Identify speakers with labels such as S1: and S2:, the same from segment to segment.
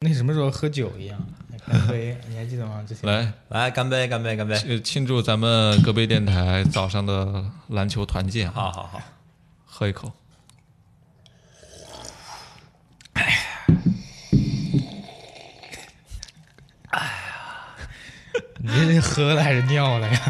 S1: 那什么时候喝酒一样？干杯，你还记得吗？之前
S2: 来
S3: 来，干杯，干杯，干杯！
S2: 呃庆祝咱们戈贝电台早上的篮球团建啊！
S3: 好好好，
S2: 喝一口。
S1: 你这是喝了还是尿了 呀？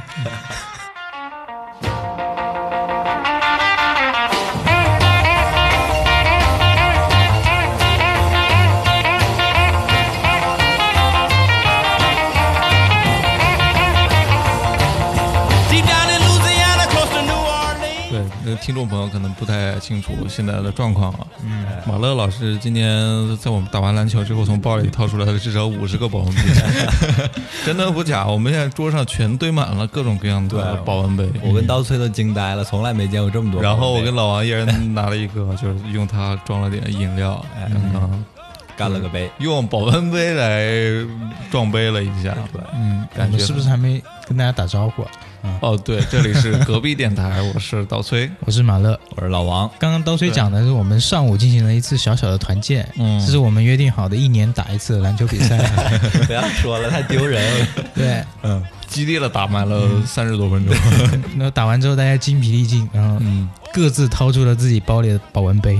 S4: Deep down in Louisiana, close to New Orleans.
S2: 对，那听众朋友可能不太清楚现在的状况啊。嗯，马乐老师今年在我们打完篮球之后，从包里掏出来了至少五十个 保温杯，真的不假？我们现在桌上全堆满了各种各样的
S3: 对
S2: 保温杯。
S3: 我跟刀崔都惊呆了，从来没见过这么多。
S2: 然后我跟老王一人拿了一个，就是用它装了点饮 料，刚刚
S3: 干了个杯，
S2: 用保温杯来撞杯了一下。
S3: 对
S1: 嗯，
S2: 感觉
S1: 我是不是还没跟大家打招呼啊？
S2: 哦，对，这里是隔壁电台，我是刀崔。
S1: 我是马乐。
S3: 我是老王，
S1: 刚刚刀崔讲的是我们上午进行了一次小小的团建，
S2: 嗯
S1: 这是我们约定好的一年打一次的篮球比 赛。
S3: 不要说了，太丢人了。
S1: 对，
S3: 嗯，
S2: 激烈的打满了三十多分钟。
S1: 那打完之后大家精疲力尽，然后
S2: 嗯，
S1: 各自掏出了自己包里的保温杯。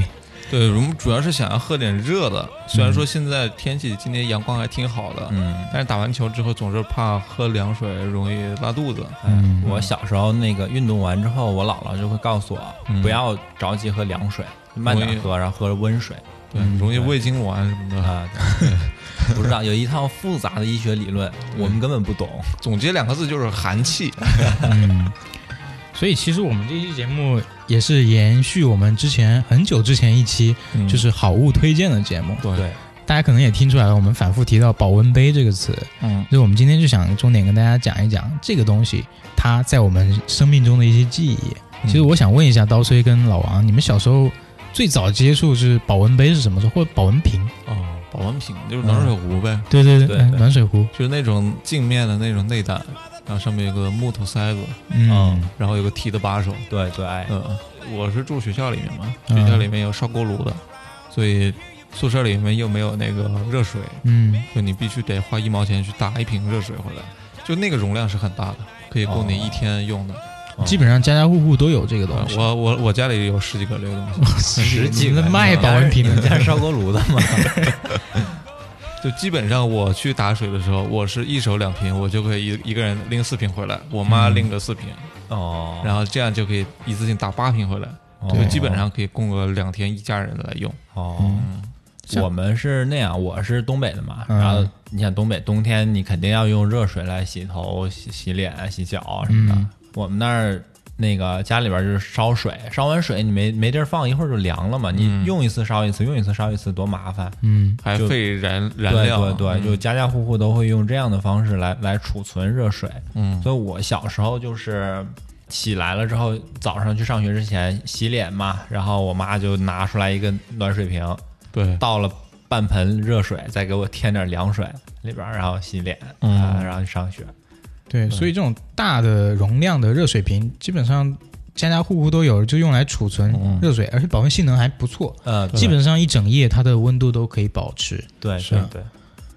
S2: 对，我们主要是想要喝点热的，虽然说现在天气今天阳光还挺好的，
S3: 嗯，
S2: 但是打完球之后总是怕喝凉水容易拉肚子。
S1: 嗯，
S3: 我小时候那个运动完之后，我姥姥就会告诉我，不要着急喝凉水，慢点喝，然后喝温水
S2: 嗯对，容易胃痉挛什么的。
S3: 啊。对不知啊道有一套复杂的医学理论，我们根本不懂。
S2: 总结两个字就是寒气。
S1: 嗯，所以其实我们这期节目也是延续我们之前很久之前一期
S2: 嗯
S1: 就是好物推荐的节目。
S2: 对，
S3: 对，
S1: 大家可能也听出来了，我们反复提到保温杯这个词，
S2: 嗯
S1: 所以我们今天就想重点跟大家讲一讲这个东西，它在我们生命中的一些记忆。
S2: 嗯
S1: 其实我想问一下刀崔跟老王，你们小时候最早接触是保温杯是什么时候，或者保温瓶？
S2: 哦，保温瓶就是暖水壶呗，
S1: 对对
S3: 对
S1: 嗯
S3: 对
S1: 暖水壶。
S2: 就是那种镜面的那种内胆，然后上面有个木头塞子，
S3: 哦
S1: 嗯，
S2: 然后有个提的把手。
S3: 对对，哎
S2: 嗯，我是住学校里面嘛，学
S1: 嗯
S2: 校里面有烧锅炉的，所以宿舍里面又没有那个热水，
S1: 嗯，
S2: 就你必须得花一毛钱去打一瓶热水回来，就那个容量是很大的，可以供你一天用的。
S3: 哦
S1: 基本上家家户户都有这个
S2: 啊
S1: 东 西。嗯
S2: 我我我家里有十几个这个东西，
S3: 十几
S1: 你
S3: 个
S1: 们卖保温瓶
S3: 你们
S1: 的，
S3: 家是烧锅炉的吗？
S2: 就基本上我去打水的时候，我是一手两瓶，我就可以一一个人拎四瓶回来，我妈拎个四瓶，
S3: 嗯哦，
S2: 然后这样就可以一次性打八瓶回来，就
S3: 对
S2: 基本上可以供个两天一家人来用。
S3: 哦。
S2: 嗯，
S3: 我们是那样，我是东北的嘛，
S1: 嗯
S3: 然后你想东北冬天，你肯定要用热水来洗头、洗洗脸、洗脚什么的。
S1: 嗯
S3: 我们那儿那个家里边就是烧水，烧完水你没没地儿放，一会儿就凉了嘛。你用一次烧一次，用一次烧一次，多麻烦。
S1: 嗯
S2: 还
S3: 就
S2: 费燃燃
S3: 对
S2: 料
S3: 对
S2: 啊，
S3: 对，就家家户户都会用这样的方式来来储存热水。
S2: 嗯
S3: 所以我小时候就是起来了之后，早上去上学之前洗脸嘛，然后我妈就拿出来一个暖水瓶，
S2: 对，
S3: 倒了半盆热水，再给我添点凉水里边儿，然后洗脸，
S2: 嗯
S3: 啊然后去上学。
S1: 对，所以这种大的容量的热水瓶，基本上家家户户都有，就用来储存
S3: 嗯
S1: 热水，而且保温性能还不错，
S3: 呃，
S1: 基本上一整夜它的温度都可以保持。
S3: 对
S1: 是
S3: 对对，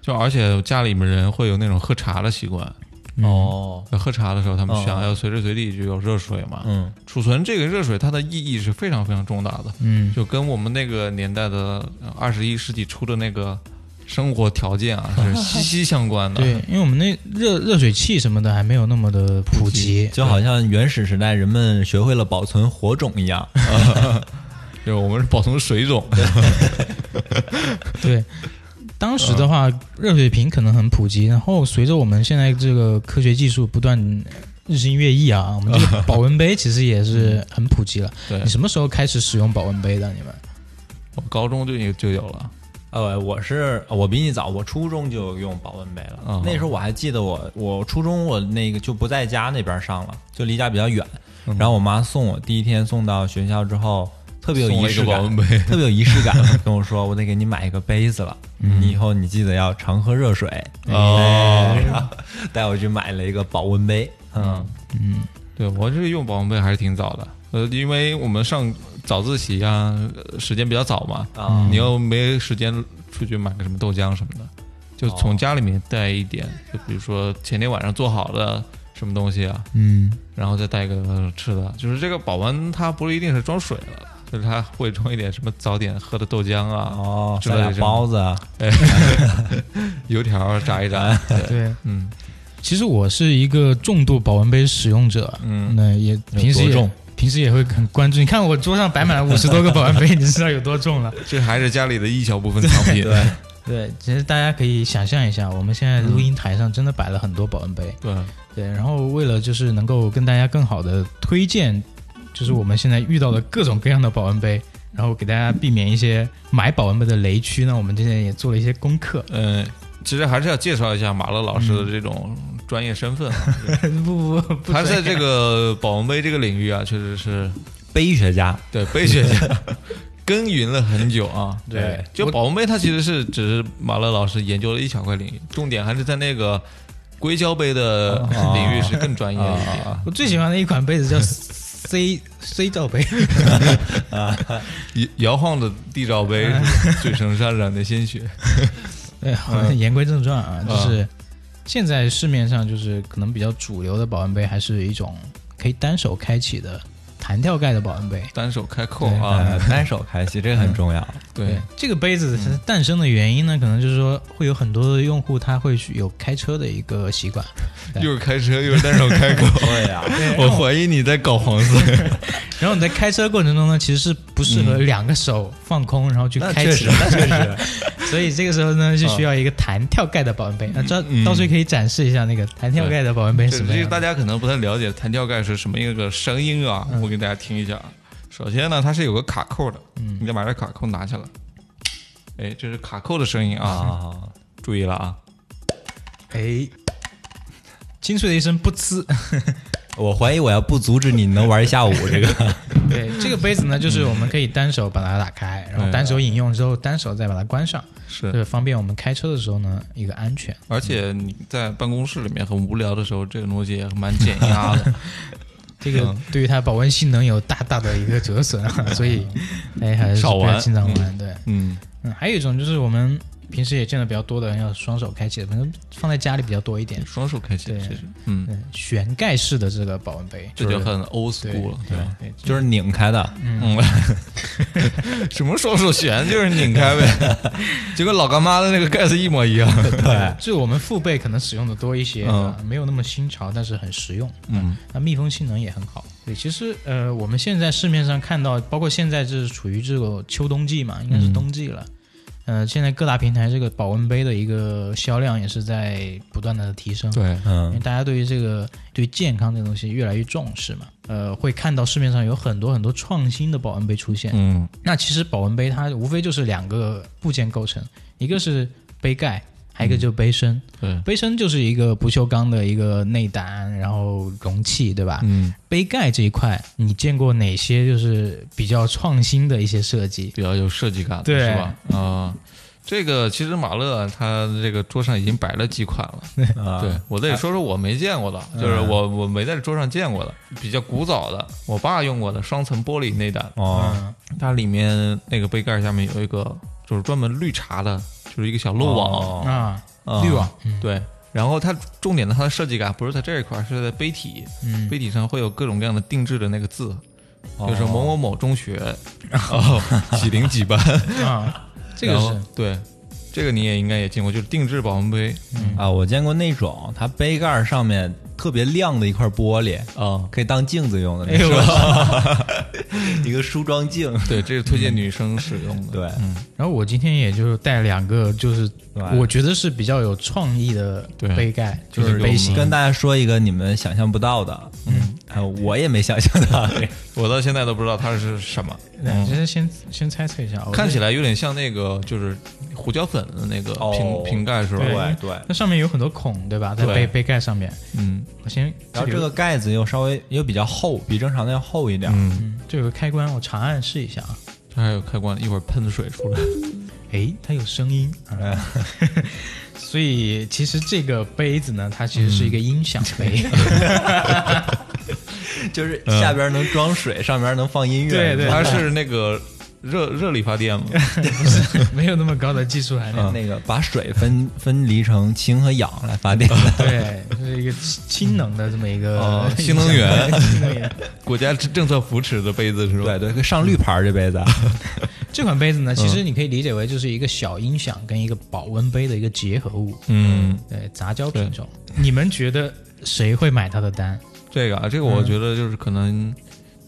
S2: 就而且家里面人会有那种喝茶的习惯，
S1: 嗯
S3: 哦，
S2: 在喝茶的时候，他们
S3: 哦
S2: 想要随时随地就有热水嘛。
S3: 嗯，
S2: 储存这个热水，它的意义是非常非常重大的，
S1: 嗯，
S2: 就跟我们那个年代的二十一世纪初的那个生活条件啊 是息息相关的。
S1: 对，因为我们那热热水器什么的还没有那么的普及。
S3: 就好像原始时代人们学会了保存火种一样。
S2: 就是我们是保存水种，
S1: 对，当时的话，热水瓶可能很普及，然后随着我们现在这个科学技术不断日新月异啊，我们这个保温杯其实也是很普 及了。
S2: 对
S1: 你，什么时候开始使用保温杯的？你们？
S2: 我高中就有就有了，
S3: 呃，我是我比你早，我初中就用保温杯了。
S2: 哦
S3: 那时候我还记得我，我初中我那个就不在家那边上了，就离家比较远。
S2: 嗯
S3: 然后我妈送我，第一天送到学校之后，特别有
S2: 送
S3: 仪
S2: 了一
S3: 式
S2: 个保
S3: 感
S2: 温，杯，
S3: 特别有仪式感，跟我说我得给你买一个杯子了，你以后你记得要常喝热水
S2: 嗯哦
S3: 哎 然后带我去买了一个保温杯，嗯，
S2: 对我是用保温杯还是挺早的，呃，因为我们上早自习啊，呃时间比较早嘛，
S3: 啊
S2: 你又没时间出去买个什么豆浆什么的，就从家里面带一点，就比如说前天晚上做好的什么东西啊，
S1: 嗯，
S2: 然后再带个吃的。就是这个保温它不一定是装水了，就是它会装一点什么早点喝的豆浆啊、
S3: 哦，
S2: 之
S3: 塞
S2: 类的
S3: 俩
S2: 这种
S3: 包子啊，
S2: 油条炸一 炸。对，
S1: 对。
S2: 嗯
S1: 其实我是一个重度保温杯使用者，
S2: 嗯，
S1: 那也平时
S3: 有
S1: 也
S3: 多重
S1: 平时也会很关注。你看我桌上摆满了五十多个保温杯，你就知道有多重了。
S2: 这还是家里的一小部分藏品。 对
S1: 对，其实大家可以想象一下，我们现在录音台上真的摆了很多保温杯。
S2: 对，
S1: 对，然后为了就是能够跟大家更好的推荐，就是我们现在遇到的各种各样的保温杯，然后给大家避免一些买保温杯的雷区呢，我们之前也做了一些功 课。
S2: 嗯，其实还是要介绍一下马乐老师的这种专业身份啊。
S1: 不不不，不
S2: 他
S1: 准
S2: 在这个保温杯这个领域啊，确实是
S3: 杯学家，
S2: 对被学家耕耘了很久啊。
S3: 对
S2: 就保温杯，它其实是只是马乐老师研究了一小块领域，重点还是在那个硅胶杯的领域是更专业一点。
S1: 我最喜欢的一款杯子叫 C C 罩杯，
S2: 摇摇晃的地罩杯是最能沾染的鲜血。
S1: 对，好
S3: 嗯
S1: 像言归正传啊，就是现在市面上就是可能比较主流的保温杯，还是一种可以单手开启的弹跳盖的保温杯。
S2: 单手开扣啊，
S3: 呃单手开启这个很 重要。
S2: 对，
S1: 这个杯
S3: 嗯
S1: 子诞生的原因呢，可能就是说会有很多的用户他会去有开车的一个习惯，对
S2: 又是开车又是单手开扣。
S3: 对呀，
S2: 我怀疑你在搞黄色，
S1: 然后你在开车过程中呢，其实是不适合两个手放空然后去
S3: 嗯那
S1: 开
S3: 确
S1: 启
S3: 实，，那确实， 嗯
S1: 所以这个时候呢就需要一个弹跳盖的保温杯。那这
S2: 嗯
S1: 到时候可以展示一下那个弹跳盖的保温杯是
S2: 这
S1: 什么
S2: 这
S1: 样
S2: 个
S1: 的。
S2: 大家可能不太了解弹跳盖是什么一个声音啊，
S1: 嗯
S2: 我给大家听一下啊。首先呢，它是有个卡扣的，
S1: 嗯
S2: 你再把这卡扣拿下来，哎，这是卡扣的声音啊，
S3: 啊，
S2: 注意了啊，
S1: 哎，清脆的一声不 呲。
S3: 我怀疑我要不阻止你，你能玩一下午这个。
S1: 对，这个杯子呢，就是我们可以单手把它打
S2: 嗯
S1: 开，然后单手饮用之后，单手再把它关上，
S2: 是，
S1: 就是方便我们开车的时候呢一个安全。
S2: 而且你在办公室里面很无聊的时候，这个东西也蛮减 压的，
S1: 这个对于它保温性能有大大的一个折损啊， 所以哎还是
S2: 少
S1: 不要
S2: 玩
S1: 经常玩。对，
S2: 嗯，
S1: 嗯，还有一种就是我们平时也见的比较多的，要双手开启的，可能放在家里比较多一点。
S2: 双手开启，
S1: 对
S2: 其实，嗯，
S1: 嗯，悬盖式的这个保温杯，
S2: 这就很 old
S1: 对
S2: school 了，
S1: 对
S2: 吧？
S1: 对，
S3: 就是拧开的，
S2: 嗯， 什么双手悬就是拧开呗， 就跟老干妈的那个盖子一模一样。
S3: 对，
S1: 就我们父辈可能使用的多一些，啊没有那么新潮，但是很实用。
S2: 嗯，
S1: 那密封性能也很好。对，其实呃，我们现在市面上看到，包括现在这是处于这个秋冬季嘛，应该是
S2: 嗯
S1: 冬季了。呃，现在各大平台这个保温杯的一个销量也是在不断的提升。
S2: 对，
S1: 因为
S3: 嗯，
S1: 大家对于这个对健康这个东西越来越重视嘛，呃，会看到市面上有很多很多创新的保温杯出现。
S2: 嗯，
S1: 那其实保温杯它无非就是两个部件构成，一个是杯盖，还有一
S2: 嗯
S1: 个就是杯身。
S2: 对，
S1: 杯身就是一个不锈钢的一个内胆，然后容器，对吧？
S2: 嗯，
S1: 杯盖这一块，你见过哪些就是比较创新的一些设计？
S2: 比较有设计感的，
S1: 对
S2: 是吧？啊、这个其实马乐啊他这个桌上已经摆了几款了，
S3: 啊嗯
S2: 对，我再说说我没见过的，就是我我没在桌上见过的，比较古早的，我爸用过的双层玻璃内胆，
S3: 哦，
S1: 嗯，
S2: 它里面那个杯盖下面有一个就是专门滤茶的，就是一个小漏网，
S3: 哦
S1: 啊，
S2: 啊
S1: 滤网，
S2: 对。然后它重点的它的设计感不是在这一块，是在杯体，
S1: 嗯
S2: 杯体上会有各种各样的定制的那个字，
S3: 哦
S2: 就是某某某中学，哦，几零几班，
S1: 啊，这个
S2: 然后
S1: 是
S2: 对，这个你也应该也见过，就是定制保温杯
S3: 啊，我见过那种，它杯盖上面特别亮的一块玻璃，
S1: 哦
S2: 啊。
S3: 可以当镜子用的
S1: 哎
S3: 那
S1: 呦
S3: 种
S1: 我，
S3: 一个梳妆镜。
S2: 对，这是推荐女生使用的。
S3: 对，
S1: 然后我今天也就带两个，就是
S3: 对
S1: 我觉得是比较有创意的
S2: 对
S1: 杯盖，就
S2: 就是
S1: 是杯型。
S3: 跟大家说一个你们想象不到的，嗯，啊，我也没想象到，
S2: 我到现在都不知道它是什么，
S1: 对其实先先猜测一下，我
S2: 看起
S1: 来
S2: 来有点像那个就是胡椒粉的那个瓶、
S3: 哦
S2: 瓶盖是吧？
S1: 对
S3: 对对。
S1: 它哦上面有很多孔，对吧？在
S2: 对
S1: 杯杯盖上面，
S2: 嗯
S1: 我先
S3: 然后这个盖子又稍微又比较厚，比正常的要厚一点。
S2: 嗯，
S1: 嗯，这有个开关，我长按试一下啊。
S2: 这还有开关，一会儿喷水出来。
S1: 哎，它有声音，啊、 所以其实这个杯子呢，它其实是一个音响杯，
S3: 就是下边能装水，上边能放音乐。
S1: 对对
S2: 它是那个热热力 发电嘛，
S1: 没有那么高的技术含量。
S2: 嗯
S3: 那个把水分分离成氢和氧来发电。
S1: 对，是一个氢能的这么一个、
S2: 哦新能源
S1: 新能源。
S2: 国家政策扶持的杯子是吧？
S3: 对对，可以上绿牌儿这杯子啊，
S1: 这款杯子呢，其实你可以理解为就是一个小音响跟一个保温杯的一个结合物，
S2: 嗯，
S1: 对，杂交品种。你们觉得谁会买它的单？
S2: 这个啊，这个我觉得就是可能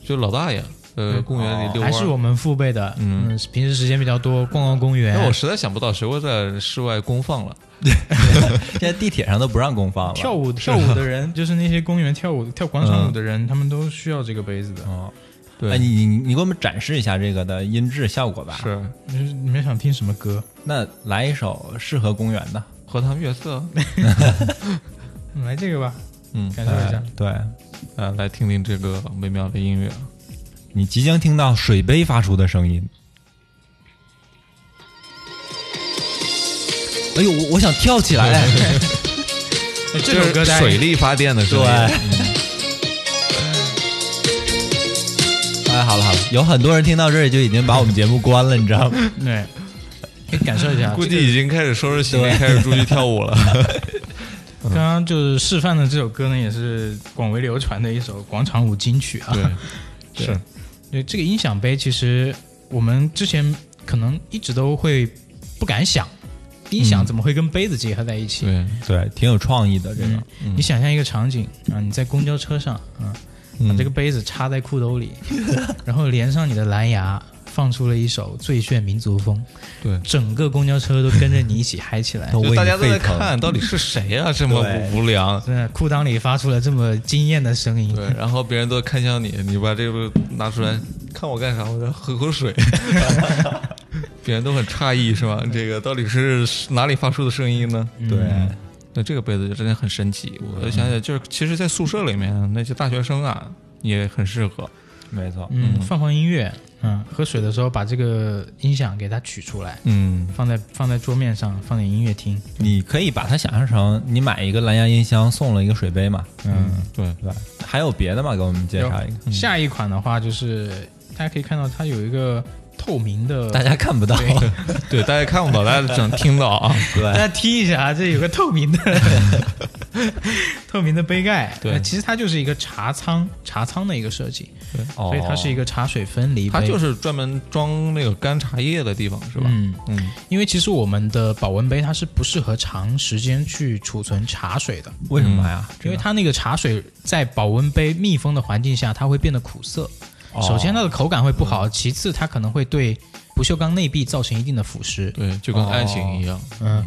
S2: 就老大爷，呃，公园里遛
S1: 哦还
S2: 弯
S1: 是我
S2: 儿。
S1: 们父辈的？嗯，平时时间比较多，逛逛公
S2: 那
S1: 园
S2: 我，实在想不到谁会在室外公放了。
S3: 现在地铁上都不让公放了。
S1: 跳舞跳舞的 人，就是嗯那些公园跳舞跳广场舞的人，他们都需要这个杯子的。
S3: 哦，
S2: 对
S3: 哎，你你你给我们展示一下这个的音质效果吧。，
S2: 是
S1: 你你们想听什么歌？
S3: 那来一首适合公园的，
S2: 荷塘月色，
S1: 嗯来这个吧，
S2: 嗯，
S1: 感受一下
S3: 哎。对，
S2: 啊，来听听这个美妙的音乐。
S3: 你即将听到水杯发出的声音。哎呦，我我想跳起来！
S1: 哎这首歌
S2: 是
S1: 大家
S2: 水力发电的声
S3: 对，
S2: 音，
S3: 哎，哎好了好了，有很多人听到这里就已经把我们节目关了，你知 道吗？
S1: 对，可以感受一下。
S2: 估计已经开始收拾行李，开始出去跳舞 了。
S1: 刚刚就是示范的这首歌呢，也是广为流传的一首广场舞金曲啊。
S2: 对，是
S1: 对，这个音响杯其实我们之前可能一直都会不敢想，音响怎么会跟杯子结合在一起？
S2: 对，
S3: 对，挺有创意的这
S1: 嗯
S3: 个。，
S1: 你想象一个场景啊，你在公交车上啊，把
S3: 嗯
S1: 这个杯子插在裤兜里， 然后连上你的蓝牙，放出了一首最炫民族风，
S2: 对，
S1: 整个公交车都跟着你一起嗨起来。
S3: 都
S2: 就
S3: 为
S2: 大
S3: 你
S2: 家都在
S3: 沸腾
S2: 看到底是谁啊，这么
S3: 对
S2: 无无良。
S1: 真的，裤裆里发出了这么惊艳的声音，
S2: 对，然后别人都看向你，你把这个拿出来，看我干啥？我在喝口 水。别人都很诧异，是吧？这个到底是哪里发出的声音呢？
S3: 对，
S1: 嗯
S2: 那这个杯子就真的很神奇。我想想，就是其实，在宿舍里面那些大学生啊，也很适合。
S3: 没错，
S1: 嗯，放放音乐，嗯，喝水的时候把这个音响给它取出来，
S2: 嗯，
S1: 放在放在桌面上，放点音乐听，
S3: 你可以把它想象成你买一个蓝牙音箱送了一个水杯嘛，嗯，
S2: 对，
S3: 对吧？还有别的吗？给我们介绍一个，
S2: 嗯
S1: 下一款的话就是大家可以看到它有一个透明的，
S3: 大家看不到，
S2: 对，大家看不到，大家只能听到 啊。
S1: 大
S3: 对，
S1: 家听一下啊，这有个透明的 透明的杯盖，
S2: 对
S1: 呃其实它就是一个茶仓茶仓的一个设计，
S3: 所
S1: 所以它是一个茶水分离杯，
S2: 哦它就是专门装那个干茶叶的地方，是吧？
S1: 嗯，
S2: 嗯，
S1: 因为其实我们的保温杯它是不适合长时间去储存茶水的，
S3: 为什么呀？
S1: 因为它那个茶水在保温杯密封的环境下，它会变得苦涩。
S3: 哦
S2: 哦
S1: 首先，它的口感会不好，其次它可能会对不锈钢内壁造成一定的腐蚀，
S2: 对，就跟爱情一样。
S1: 嗯，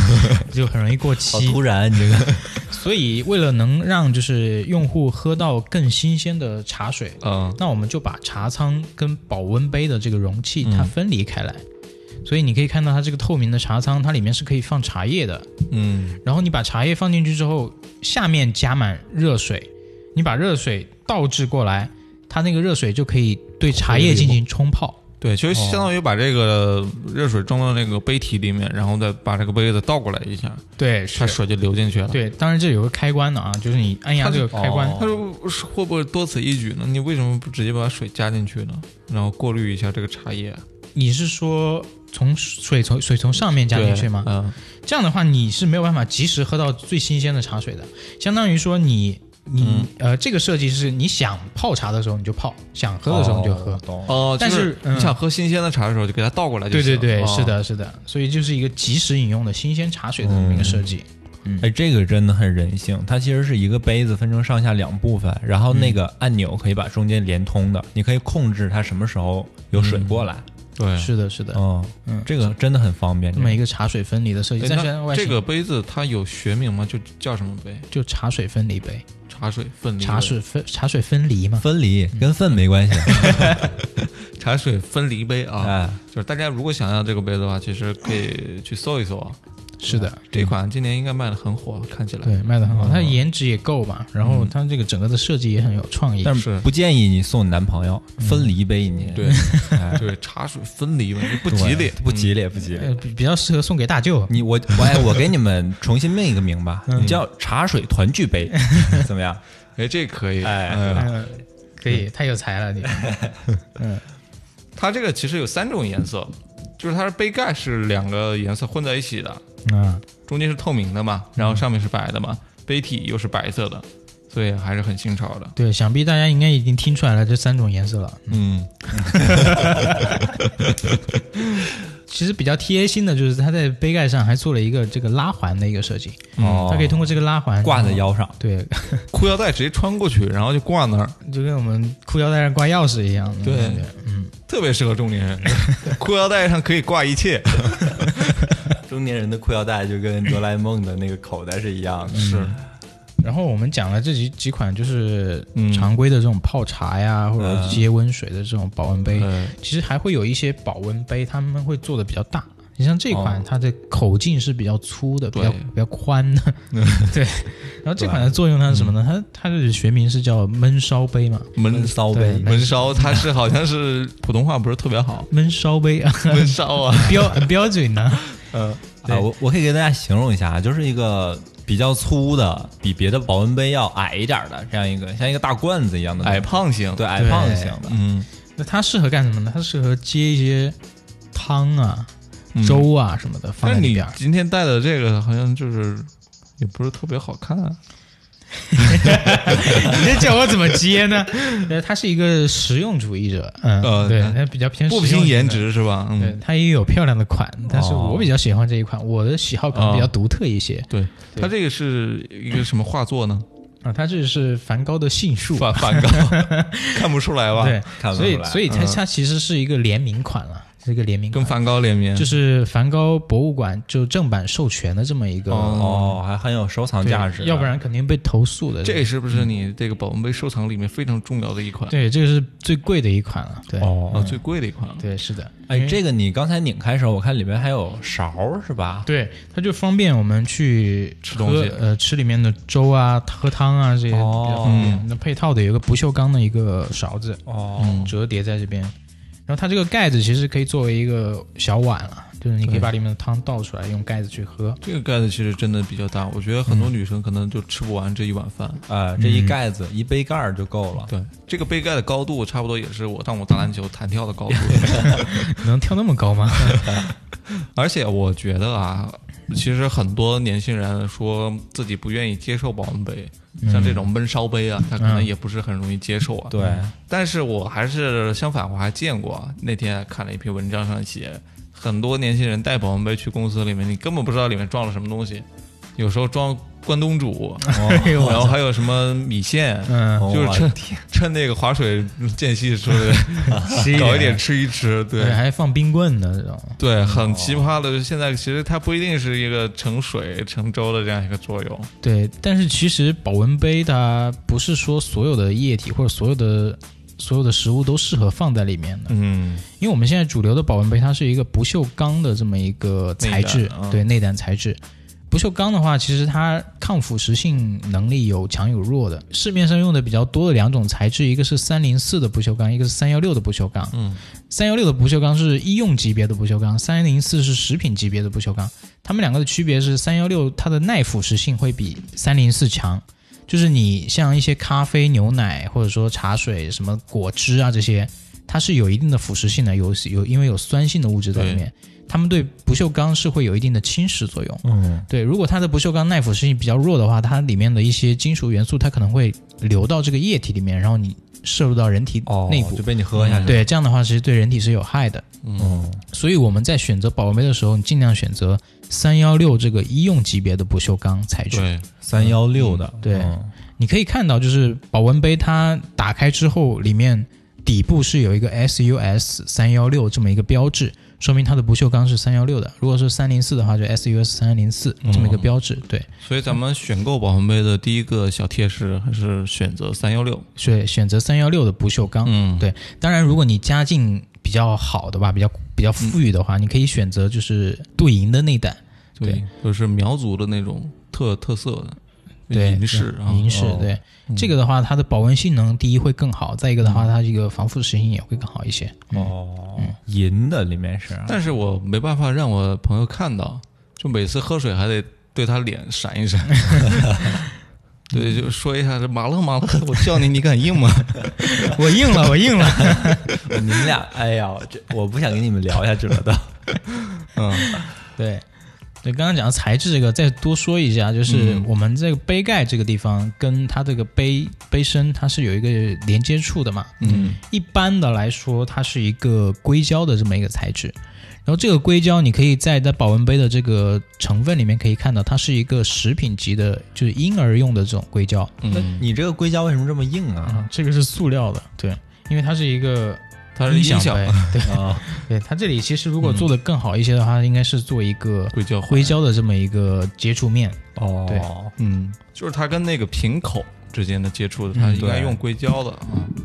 S1: 就很容易过
S3: 好
S1: 期
S3: 突。然，你这个
S1: 所以为了能让就是用户喝到更新鲜的茶水，
S2: 嗯，
S1: 那我们就把茶仓跟保温杯的这个容器
S3: 嗯
S1: 它分离开来。所以你可以看到它这个透明的茶仓，它里面是可以放茶叶的。
S2: 嗯，
S1: 然后你把茶叶放进去之后，下面加满热水，你把热水倒置过来，它那个热水就可以对茶叶进行冲泡。
S2: 对，就相当于把这个热水装到那个杯体里面，然后再把这个杯子倒过来一下，
S1: 对，
S2: 它水就流进去了。，
S1: 对，当然这有个开关的啊，就是你按压这个开关，
S3: 哦
S2: 他说是会不会多此一举呢？你为什么不直接把水加进去呢？然后过滤一下这个茶叶，
S1: 你是说从水从水从上面加进去吗？
S2: 对嗯，
S1: 这样的话你是没有办法及时喝到最新鲜的茶水的，相当于说你你、呃这个设计是你想泡茶的时候你就泡，想喝的时候你就喝。
S3: 懂
S2: 哦，
S1: 但
S2: 就是
S1: 嗯
S2: 你想喝新鲜的茶的时候，就给它倒过来就
S1: 对
S2: 行
S1: 对
S2: 了。
S1: 对，
S2: 哦
S1: 是，的，是的，所以就是一个及时饮用的新鲜茶水的这么一个设计。
S2: 嗯
S3: 哎，这个真的很人性。它其实是一个杯子分成上下两部分，然后那个按钮可以把中间连通的，你可以控制它什么时候有水过来。
S2: 对。
S1: 是的，是
S2: 哦
S1: 的，
S3: 嗯，
S1: 嗯
S3: 这个真的很方便。
S1: 这么一个茶水分离的设计，
S2: 哎
S1: 在
S2: 那
S1: 现在外
S2: 这
S1: 形
S2: 个杯子它有学名吗？就叫什么杯？
S1: 就茶水分离杯，
S2: 茶水分离
S1: 茶
S2: 杯
S1: 水分茶水分离嘛。
S3: 分离跟粪没关系。
S2: 茶水分离杯啊，
S3: 哎
S2: 就是大家如果想要这个杯子的话，其实可以去搜一搜啊。
S1: 是的，
S2: 这款今年应该卖的很火，看起来。
S1: 对，卖的很
S2: 哦
S1: 好，它颜值也够嘛，然后它这个整个的设计也很有创意。
S3: 但
S2: 嗯是
S3: 不建议你送你男朋友分离杯，你哎
S2: 对对，茶水分离嘛，这 不
S3: 对
S2: 吉利，
S3: 不吉利，不吉利。
S1: 呃，比比较适合送给大舅。
S3: 你我我哎我给你们重新命一个名吧，你叫茶水团聚杯，怎么样？
S2: 哎哎，这可以，
S3: 哎
S2: 嗯，
S1: 嗯，可以，太有才了你。嗯，
S2: 它这个其实有三种颜色，就是它的杯盖是两个颜色混在一起的，
S1: 啊，
S2: 中间是透明的嘛，然后上面是白的
S1: 嗯
S2: 嘛，杯体又是白色的，所以还是很新潮的。
S1: 对，想必大家应该已经听出来了这三种颜色了。
S2: 嗯，
S1: 其实比较贴心的就是它在杯盖上还做了一个这个拉环的一个设计，
S3: 哦，
S1: 它可以通过这个拉环
S3: 挂在
S1: 然后
S3: 腰上，
S1: 对，
S2: 裤腰带直接穿过去，然后就挂那儿，
S1: 就跟我们裤腰带上挂钥匙一样。
S2: 对
S1: 感觉嗯，
S2: 特别适合中年 人。裤腰带上可以挂一切，
S3: 中年人的裤腰带就跟哆啦 A 梦的那个口袋是一样的，
S2: 是
S1: 然后我们讲了这几几款就是
S2: 嗯
S1: 常规的这种泡茶呀，或者
S3: 嗯
S1: 接温水的这种保温杯，
S2: 嗯
S1: 其实还会有一些保温杯，他们会做的比较大。你像这款
S2: 哦，
S1: 它的口径是比较粗的，比
S2: 对
S1: 较比较宽 的，对。然后这款的作用它是什么呢？
S2: 嗯
S1: 它它的学名是叫焖烧杯嘛，
S2: 闷
S3: 闷骚
S1: 对
S3: 杯，
S2: 闷哦烧，它是好像是普通话不是特别 好，
S1: 焖烧杯啊，
S2: 闷烧啊，
S1: 标很标准呢。
S2: 嗯
S1: 对
S3: 啊，我我可以给大家形容一下，啊，就是一个比较粗的，比别的保温杯要矮一点的这样一个，像一个大罐子一样的
S2: 矮，胖型，
S3: 对，矮
S1: 对
S3: 胖型的，
S2: 嗯，
S1: 那它适合干什么呢？它适合接一些汤啊、
S2: 嗯
S1: 粥啊什么的放
S2: 但
S1: 在
S2: 是
S1: 里
S2: 你
S1: 边儿。
S2: 今天带的这个好像就是也不是特别好看、啊，
S1: 你这叫我怎么接呢？ 呃，他是一个实用主义者，嗯，
S2: 呃
S1: 对
S2: 他，
S1: 他比较偏
S2: 不
S1: 实用
S2: 拼
S1: 型
S2: 颜
S1: 的。
S2: 值是吧？
S1: 对
S2: 嗯，，
S1: 它也有漂亮的款，但是
S3: 哦
S1: 我比较喜欢这一款，我的喜好可能比较独特一些
S2: 对，它这个是一个什么画作呢？
S1: 啊。它这是梵高的杏树，
S2: 梵梵 高，看不出来吧？
S1: 对，
S3: 看不出
S1: 所以
S3: 来
S1: 所以它它其实是一个联名款了，是一个联名
S2: 跟
S1: 款，
S2: 梵高联名，
S1: 就是梵高博物馆就正版授权的这么一个
S3: 哦，还很有收藏
S1: 对
S3: 价值的，哦
S1: 要不然肯定被投诉的。
S2: 这是不是你这个保温杯收藏里面非常重要的一款？
S1: 对，这个是最贵的一款了，对，
S2: 啊，
S3: 哦，
S2: 最贵的一款了。
S1: 对，是的，
S3: 哎
S1: 因，为
S3: 这个你刚才拧开的时候，我看里面还有勺儿是吧？
S1: 对，它就方便我们去
S2: 吃东西
S1: 喝呃，吃里面的粥啊、喝汤啊这些比较方便。
S2: 哦
S1: 那配套的有一个不锈钢的一个勺子，嗯
S3: 哦，
S1: 折叠在这边，然后它这个盖子其实可以作为一个小碗了，就是你可以
S2: 对
S1: 把里面的汤倒出来，用盖子去喝。
S2: 这个盖子其实真的比较大，我觉得很多女生可能就吃不完这一碗饭。
S3: 呃，这一盖子一杯盖儿就够
S1: 嗯
S3: 了。
S2: 对，这个杯盖的高度差不多也是我上午打篮球弹跳的 高度。
S1: 你能跳那么高吗？
S2: 而且我觉得啊，其实很多年轻人说自己不愿意接受保温杯，
S1: 嗯
S2: 像这种闷烧杯啊，他可能也不是很容易接受啊。
S3: 对，
S2: 但是我还是相反，我还见过啊那天看了一篇文章上写，很多年轻人带保温杯去公司里面，你根本不知道里面装了什么东西，有时候装关东 煮，
S1: 哎 呦我
S2: 然后还有什么米线。
S1: 嗯，
S3: 哦
S2: 就是
S3: 我
S2: 趁趁那个划水间隙出来搞一点吃一吃，对
S1: 对，，还放冰棍的这种。
S2: 对，很奇葩的。现在其实它不一定是一个盛水盛粥的这样一个作用，
S1: 对，但是其实保温杯它不是说所有的液体或者所有的所有的食物都适合放在里面的，
S2: 嗯，
S1: 因为我们现在主流的保温杯它是一个不锈钢的这么一个材质
S2: 内，胆啊
S1: 对内胆材质。不锈钢的话，其实它抗腐蚀性能力有强有弱的。市面上用的比较多的两种材质，一个是三零四的不锈钢，一个是三幺六的不锈钢。
S2: 嗯，
S1: 三幺六的不锈钢是医用级别的不锈钢，三零四是食品级别的不锈钢。它们两个的区别是，三幺六它的耐腐蚀性会比三零四强，就是你像一些咖啡、牛奶或者说茶水、什么果汁啊这些，它是有一定的腐蚀性的，有有因为有酸性的物质在里面，它们对不锈钢是会有一定的侵蚀作用。
S3: 嗯，
S1: 对，如果它的不锈钢耐腐蚀性比较弱的话，它里面的一些金属元素它可能会流到这个液体里面，然后你摄入到人体
S3: 哦，
S1: 内部。
S3: 就被你喝
S2: 嗯
S3: 下去。，
S1: 对，这样的话其实对人体是有害的。
S3: 嗯，
S1: 所以我们在选择保温杯的时候，你尽量选择三幺六这个医用级别的不锈钢材质。
S2: 对，
S3: 三幺六的，
S1: 对
S3: 嗯
S1: 你可以看到，就是保温杯它打开之后，里面底部是有一个 SUS 三幺六这么一个标志，说明它的不锈钢是三幺六的。如果是三零四的话，就 SUS 三零四
S2: 嗯
S1: 这么一个标志。对，
S2: 所以咱们选购保温杯的第一个小贴士还是选择三幺六，
S1: 所以选择三幺六的不锈钢。
S2: 嗯，
S1: 啊对，当然如果你家境比较好的吧，比较比较富裕的话，你可以选择就是镀银的内胆。
S2: 对，就是苗族的那种特特色的
S1: 对，
S2: 银饰啊，
S1: 银饰
S2: 哦，
S1: 对、这个的话，它的保温性能第一会更好，再一个的
S2: 嗯
S1: 话，它这个防腐蚀性也会更好一些。
S3: 哦，银的里面是，啊
S2: 但是我没办法让我 朋友看到，就每次喝水还得对他脸闪一闪，对，
S1: 嗯
S2: 就说一下这马勒马勒，我叫你，你敢 应吗？
S1: 我硬了，我硬了。
S3: 你们俩，哎呀，这我不想跟你们聊下去了都。
S2: 嗯，
S1: 对，对，刚刚讲到材质这个，再多说一下，就是
S2: 嗯
S1: 我们这个杯盖这个地方跟它这个杯杯身它是有一个连接处的嘛。
S2: 嗯，
S1: 一般的来说，它是一个硅胶的这么一个材质。然后这个硅胶，你可以在它保温杯的这个成分里面可以看到，它是一个食品级的，就是婴儿用的这种硅胶。
S3: 那
S2: 嗯，
S3: 你这个硅胶为什么这么硬啊？
S1: 嗯这个是塑料的，对，因为它是一个
S2: 它是
S1: 音
S2: 音
S1: 响
S2: 响嗯
S1: 杯，对
S3: 啊，
S1: 对，它这里其实如果做的更好一些的话，应该是做一个
S2: 硅胶
S1: 硅，胶的这么一个接触面。对
S3: 哦，
S2: 嗯，就是它跟那个瓶口之间的接触的，它
S1: 嗯
S2: 应该
S3: 对
S2: 用硅胶的啊。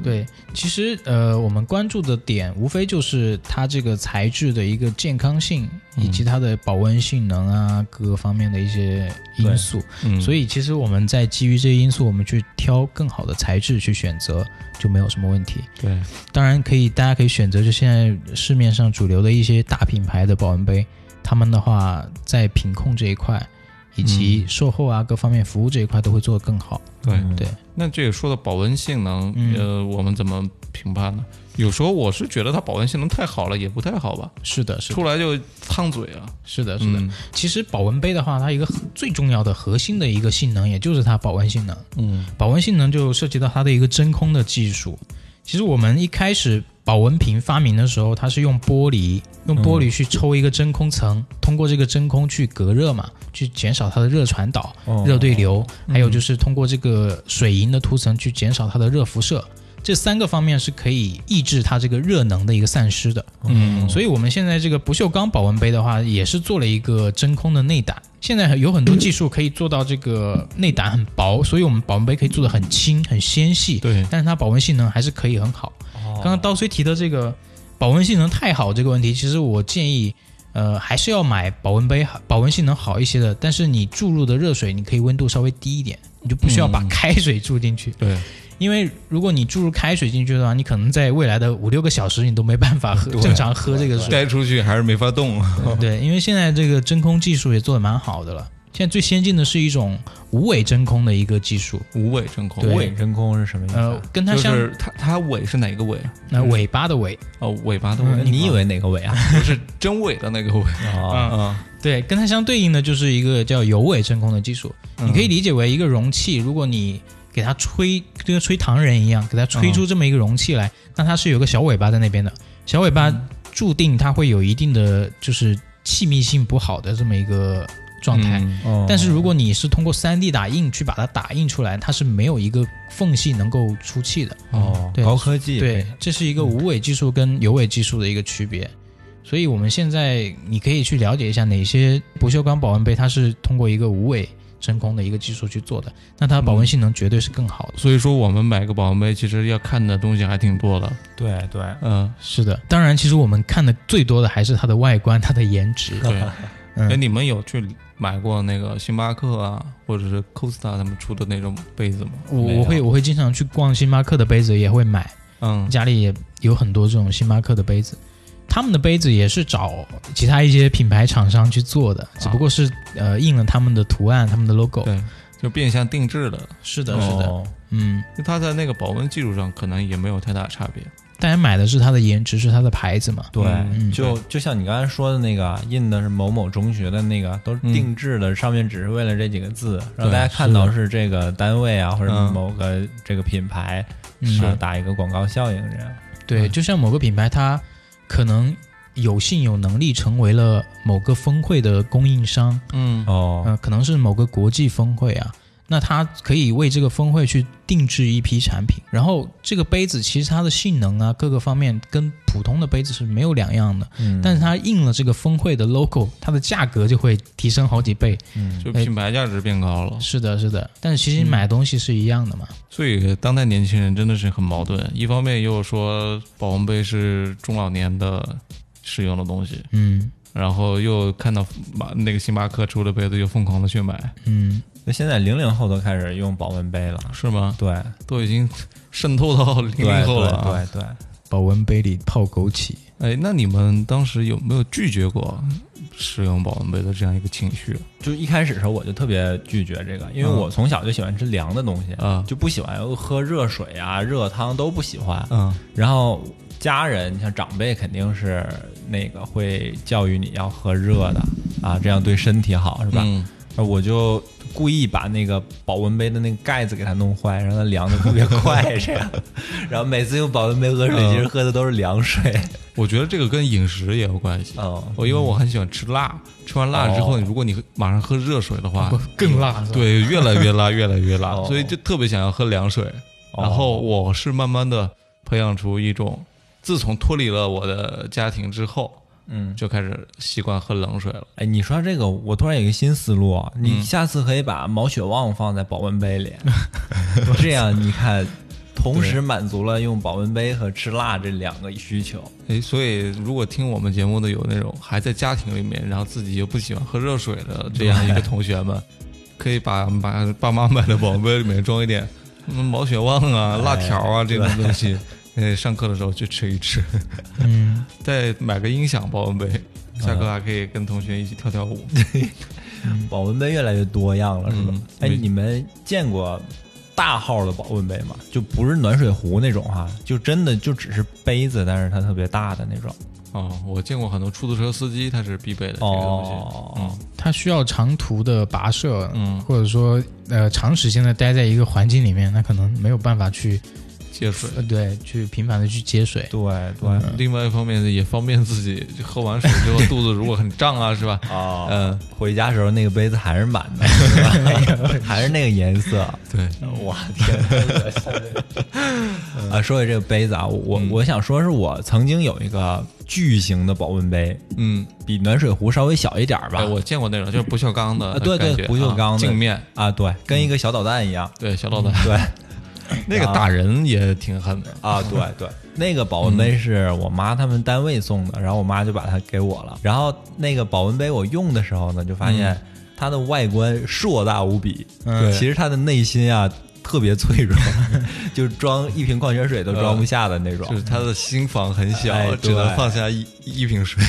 S1: 对，其实呃，我们关注的点无非就是它这个材质的一个健康性，以
S2: 嗯
S1: 及它的保温性能啊，各个方面的一些因素。
S2: 嗯，
S1: 所以其实我们在基于这些因素，我们去挑更好的材质去选择，就没有什么问题。
S2: 对，
S1: 当然可以，大家可以选择就现在市面上主流的一些大品牌的保温杯，他们的话在品控这一块，以及售后啊、各方面服务这一块都会做得更好。
S2: 对
S3: 嗯
S1: 对
S2: 那这个说到保温性能，
S1: 嗯
S2: 呃，我们怎么评判呢？有时候我是觉得它保温性能太好了，也不太好吧，
S1: 是的，是的，
S2: 出来就烫嘴了。
S1: 是的，是的。
S2: 嗯
S1: 其实保温杯的话，它一个最重要的核心的一个性能，也就是它保温性能。
S2: 嗯
S1: 保温性能就涉及到它的一个真空的技术。其实我们一开始保温瓶发明的时候，它是用玻璃，用玻璃去抽一个真空层，通过这个真空去隔热嘛，去减少它的热传导、
S3: 哦
S1: 热对流，还有就是通过这个水银的涂层去减少它的热辐射。这三个方面是可以抑制它这个热能的一个散失的。
S2: 嗯
S1: 所以我们现在这个不锈钢保温杯的话，也是做了一个真空的内胆。现在有很多技术可以做到这个内胆很薄，所以我们保温杯可以做的很轻、很纤细，
S2: 对，
S1: 但是它保温性能还是可以很好。
S2: 哦
S1: 刚刚刀虽提的这个保温性能太好这个问题，其实我建议，呃，还是要买保温杯保温性能好一些的，但是你注入的热水你可以温度稍微低一点，你就不需要把
S2: 嗯
S1: 开水注进去。
S2: 对，
S1: 因为如果你注入开水进去的话，你可能在未来的五六个小时你都没办法喝正常喝这个水。
S2: 带出去还是没法动。
S1: 对，因为现在这个真空技术也做得蛮好的了。现在最
S2: 嗯
S1: 先进的是一种无尾真空的一个技术，
S2: 无尾真空，
S1: 对
S3: 无尾真空是什么意思
S1: 呃
S3: 啊？，
S1: 跟它
S2: 就
S1: 像
S2: 是它它尾是哪个尾？啊
S1: 那尾巴的尾，
S2: 哦，尾巴的
S3: 呃
S2: 尾。
S3: 你以为哪个 尾啊？
S2: 不是真尾的那个尾
S3: 哦，
S2: 啊？
S1: 对，跟它相对应的就是一个叫有尾真空的技术。你可以
S2: 理
S1: 理解为一个容器，如果你给它吹，就跟吹糖人一样，给它吹出这么一个容器来，那它是有个小尾巴在那边的。小尾巴注定它会有一定的就是气密性不好的这么一个状态。
S2: 嗯
S3: 哦
S1: 但是如果你是通过 3D 打印去把它打印出来，它是没有一个缝隙能够出气的。
S3: 哦，
S1: 对
S3: 高科技，
S1: 对，这是一个无尾技术跟有尾技术的一个区别。所以我们现在你可以去了解一下哪些不锈钢保温杯，它是通过一个无尾真空的一个技术去做的，那它的保温性能绝对是更好的。
S2: 所以说我们买个保温杯，其实要看的东西还挺多的。
S3: 对对，
S2: 嗯，
S1: 是的，当然，其实我们看的最多的还是它的外观、它的颜值。
S2: 对。哎，
S1: 嗯，
S2: 你们有去买过那个星巴克啊，或者是 Costa 他们出的那种杯子吗？
S1: 我
S3: 没有
S1: 我会我会经常去逛星巴克的杯子，也会买。
S2: 嗯，
S1: 家里也有很多这种星巴克的杯子，他们的杯子也是找其他一些品牌厂商去做的，只不过是呃印了他们的图案、他们的 logo。
S2: 对，就变相定制的。
S1: 是的，是的，
S3: 哦，
S1: 嗯，
S2: 就它在那个保温技术上可能也没有太大差别。
S1: 大家买的是它的颜值，是它的牌子嘛？
S3: 对，
S1: 嗯
S3: 就就像你刚才说的那个，印的是某某中学的那个，都是定制的，上面只是为了这几个字，让
S2: 对
S3: 大家看到是这个单位啊，或者
S2: 嗯
S3: 某个这个品牌，
S1: 嗯
S3: 啊打一个广告效应这样。
S1: 对，就像某个品牌，它可能有幸有能力成为了某个峰会的供应商，
S2: 嗯
S3: 哦，
S1: 呃，可能是某个国际峰会啊，那它可以为这个峰会去定制一批产品。然后这个杯子其实它的性能啊，各个方面跟普通的杯子是没有两样的，
S3: 嗯
S1: 但是它印了这个峰会的 logo，它的价格就会提升好几倍。
S3: 嗯
S2: 就
S1: 哎
S2: 品牌价值变高了。
S1: 是的，是的，但是其实你买东西是一样的嘛。
S2: 所以当代年轻人真的是很矛盾，一方面又说保温杯是中老年的使用的东西，
S1: 嗯
S2: 然后又看到马那个星巴克出的杯子又疯狂的去买，
S1: 嗯，
S3: 那现在零零后都开始用保温杯了，
S2: 是吗？
S3: 对，
S2: 都已经渗透到零
S3: 对
S2: 零后了、啊。
S3: 对对对，
S1: 保温杯里泡枸杞。
S2: 哎，那你们当时有没有拒绝过使用保温杯的这样一个情绪
S3: 就一开始的时候我就特别拒绝这个，因为
S2: 嗯
S3: 我从小就喜欢吃凉的东西，
S2: 啊
S3: 就不喜欢喝热水啊、热汤都不喜欢。
S2: 嗯
S3: 然后家人，你像长辈肯定是那个会教育你要喝热的啊，这样对身体好，是吧？
S2: 嗯
S3: 那我就故意把那个保温杯的那个盖子给它弄坏，让它凉的特别 快，这样。然后每次用保温杯喝水，
S2: 嗯
S3: 其实喝的都是凉水。
S2: 我觉得这个跟饮食也有关系。
S3: 哦
S2: 我因为我很喜欢吃辣，吃完辣之后，
S3: 哦
S2: 你如果你马上喝热水的话，
S1: 更辣，是吧，
S2: 对，越来越辣，越来越辣，
S3: 哦
S2: 所以就特别想要喝凉水。
S3: 哦
S2: 然后我是慢慢的培养出一种，自从脱离了我的家庭之后，
S3: 嗯，
S2: 就开始习惯喝冷水了。
S3: 哎，你说这个，我突然有一个新思路啊，
S2: 嗯
S3: 你下次可以把毛血旺放在保温杯 里，这样你看，同时满足了用保温杯和吃辣这两个需求。
S2: 哎，所以如果听我们节目的有那种还在家庭里面，然后自己又不喜欢喝热水的这样一个同学 们，可以把把爸妈买的保温杯里面装一点嗯毛血旺啊、辣条啊这种东西，呃，上课的时候去吃一吃，
S1: 嗯，
S2: 再买个音响保温杯，
S3: 啊
S2: 下课还可以跟同学一起跳跳 舞。
S3: 保温杯越来越多样了，是吧
S2: 嗯？
S3: 哎，
S2: 没
S3: 你们见过大号的保温杯吗？就不是暖水壶那种哈，就真的就只是杯子，但是它特别大的那种。
S2: 哦，我见过很多出租车司机，他是必备的这个东西。
S3: 哦，
S1: 它需要长途的跋涉，
S2: 嗯
S1: 或者说呃长时间的待在一个环境里面，它可能没有办法去
S2: 嗯，接水。
S1: 呃对去频繁的去接水，
S3: 对对，
S2: 另外一方面也方便自己就喝完水之后肚子如果很胀啊，是吧？
S3: 哦，
S2: 嗯，
S3: 回家时候那个杯子还是满 的，是吧还是那个颜色。
S2: 对，
S3: 哇天太恶心了！啊，说起这个杯子啊，我、我想说是我曾经有一个巨型的保温杯，
S2: 嗯，
S3: 比暖水壶稍微小一点儿吧。
S2: 哎，我见过那种就是不锈钢的
S3: 啊，对对
S2: 感觉
S3: 不锈钢
S2: 啊
S3: 的嗯
S2: 镜面，
S3: 啊，对，跟一个小导弹一 样。
S2: 对，小老板，
S3: 对
S2: 那个打人也挺狠的。
S3: 啊，对对，那个保温杯是我妈他们单位送的，然后我妈就把它给我了。然后那个保温杯我用的时候呢，就发现它的外观硕大无比，
S1: 嗯
S3: 对其实它的内心啊特别脆 弱，就装一瓶矿泉水都装不下的那种。
S2: 就是他的心房很小，
S3: 哎
S2: 只能
S3: 对
S2: 放下一一瓶 水。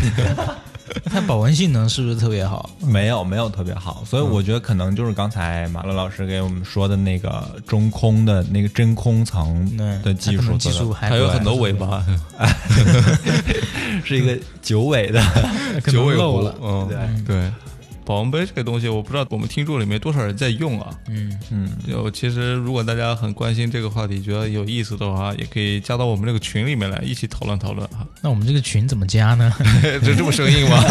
S1: 它保温性能是不是特别好？
S3: 没有没有特别好，所以
S1: 嗯
S3: 我觉得可能就是刚才马乐老师给我们说的那个中空的那个真空层
S1: 对，
S3: 的
S1: 它
S3: 技
S1: 可
S3: 术
S1: 能
S3: 做
S1: 技
S3: 得，
S1: 术还
S2: 还有
S1: 对
S2: 很多尾巴，
S3: 是一个九尾的，
S1: 可能
S2: 九尾
S1: 漏
S2: 狐
S1: 了，，
S2: 嗯，对。保温杯这个东西，我不知道我们听众里面多少人在用啊。
S1: 嗯
S3: 嗯，
S2: 有，其实如果大家很关心这个话题，觉得有意思的话，也可以加到我们这个群里面来一起讨论讨论 啊。
S1: 那我们这个群怎么加呢？
S2: 就这么生硬吗？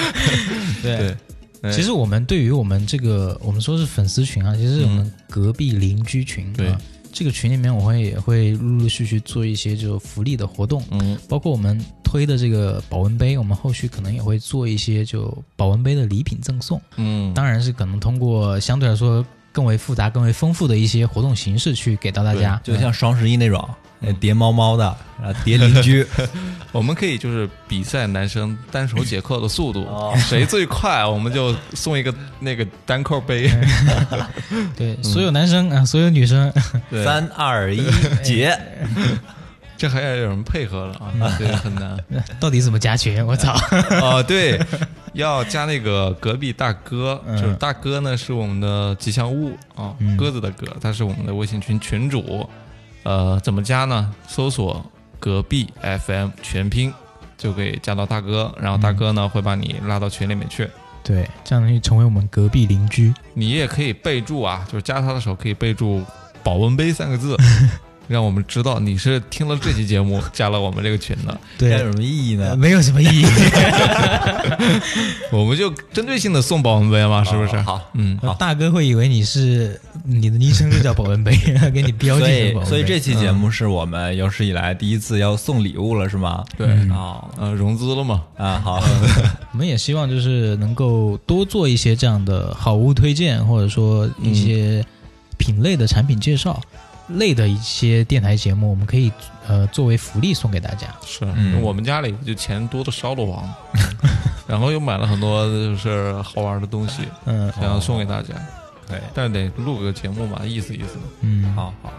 S1: 对
S2: 对，哎
S1: 其实我们对于我们这个，我们说是粉丝群啊，其实是我们隔壁邻居群、啊，
S2: 对
S1: 这个群里面，我会也会陆陆续续做一些就福利的活动，
S2: 嗯，
S1: 包括我们推的这个保温杯，我们后续可能也会做一些就保温杯的礼品赠送，
S2: 嗯，
S1: 当然是可能通过相对来说更为复杂、更为丰富的一些活动形式去给到大家。
S3: 就像双十一那种，呃叠猫猫 的，然后叠邻居，
S2: 我们可以就是比赛男生单手解扣的速度
S3: 哦，
S2: 谁最快，我们就送一个那个单扣杯。
S1: 对，所有男生啊，所有女生，
S2: 对，
S3: 三二一结，
S2: 这还要有人配合了
S1: 嗯
S2: 啊，对，很难。
S1: 呃到底怎么加群？我操！
S2: 哦，对，要加那个隔壁大哥，
S1: 嗯
S2: 就是大哥呢是我们的吉祥物啊
S1: 嗯，
S2: 鸽子的鸽，他是我们的微信群群主。呃，怎么加呢？搜索隔壁 FM 全拼就可以加到大哥，然后大哥呢会把你拉到群里面去。
S1: 对，这样容易成为我们隔壁邻居。
S2: 你也可以备注啊，就是加他的时候可以备注“保温杯”三个字，让我们知道你是听了这期节目加了我们这个群的。
S3: 这
S1: 对
S3: 样，有什么意义
S1: 呃
S3: 呢？
S1: 没有什么意义。
S2: 我们就针对性的送保温杯嘛，是不是？
S3: 好，
S2: 嗯，
S3: 好
S1: 大哥会以为你是你的昵称就叫保温杯， 给你标记
S3: 所
S1: 成
S3: 以
S1: 保温杯。
S3: 所以这期节目是我们有史以来第一次要送礼物了，是吗？
S2: 对，
S1: 嗯
S3: 哦
S2: 呃，融资了嘛，
S3: 啊，好，
S1: 我们也希望就是能够多做一些这样的好物推荐，或者说一些品类的产品介绍。类的一些电台节目，我们可以呃作为福利送给大家。
S2: 是、
S3: 嗯
S2: 我们家里就钱多的烧了 王，然后又买了很多就是好玩的东西，
S1: 嗯哦
S2: 想要送给大家，
S3: 可以，
S2: 但是得录个节目嘛，意思意思。
S1: 嗯，，
S3: 好好，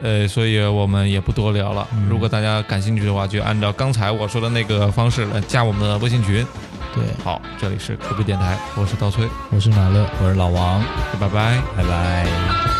S2: 呃，所以我们也不多聊了。
S1: 嗯
S2: 如果大家感兴趣的话，就按照刚才我说的那个方式来加我们的微信群。
S1: 对，
S2: 好，这里是科比电台，我是刀崔，
S1: 我是马乐。
S3: 我是老王，
S2: 拜拜。
S3: 拜拜。